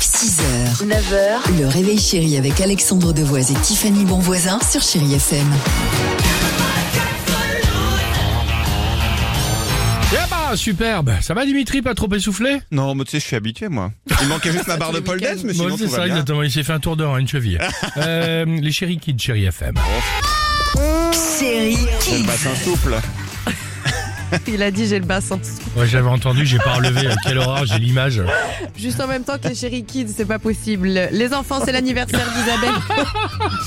6h, 9h, le réveil chéri avec Alexandre Devoise et Tiffany Bonvoisin sur Chérie FM. Eh ben, superbe. Ça va, Dimitri Pas trop essoufflé Non, mais tu sais, je suis habitué, moi. Il manquait juste ma barre de pole dance, mais Bon, sinon, c'est tout ça, va bien. exactement. Il s'est fait un tour dehors, une cheville. Euh, les chéri kids, chéri FM. Chérie J'ai le bassin souple. Il a dit j'ai le bassin. Ouais, j'avais entendu, j'ai pas relevé. euh, Quelle horreur, j'ai l'image. Juste en même temps que les chéri kids, c'est pas possible. Les enfants, c'est l'anniversaire d'Isabelle.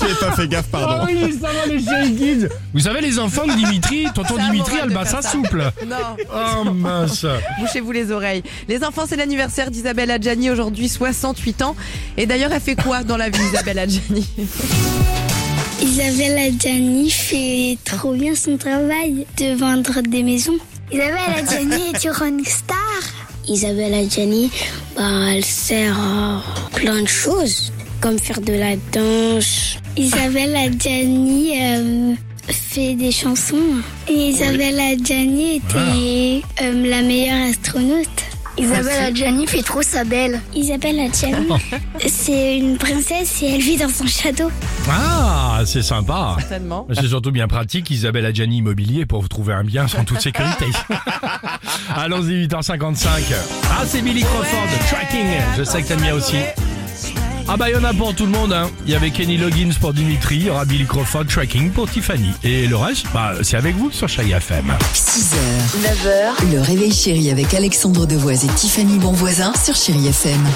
J'ai pas fait gaffe, pardon. oui, ça va, les chéri kids. Vous savez, les enfants de Dimitri, tonton Ça a Dimitri moral a le de bassin faire ça. souple. Non, Oh mince. bouchez-vous les oreilles. Les enfants, c'est l'anniversaire d'Isabelle Adjani, aujourd'hui 68 ans. Et d'ailleurs, elle fait quoi dans la vie, Isabelle Adjani Isabelle Adjani fait trop bien son travail de vendre des maisons. Isabelle Adjani est une star. Isabelle Adjani, bah, elle sert à plein de choses, comme faire de la danse. Isabelle Adjani euh, fait des chansons. Et Isabelle Adjani était euh, la meilleure astronaute. Isabelle Adjani fait trop sa belle. Isabelle Adjani, c'est une princesse et elle vit dans son château. Ah, c'est sympa. Certainement. C'est surtout bien pratique, Isabelle Adjani Immobilier, pour vous trouver un bien sans toute sécurité. Allons-y, 8h55. Ah, c'est Billy Crawford, Tracking. Je sais que t'aimes bien aussi. Ah bah, il y en a pour tout le monde. hein. Il y avait Kenny Loggins pour Dimitri, il y aura Billy Crawford, Tracking pour Tiffany. Et le reste, bah, c'est avec vous sur Chai FM. 6h, 9h, le réveil chéri avec Alexandre Devoise et Tiffany Bonvoisin sur Chérie FM.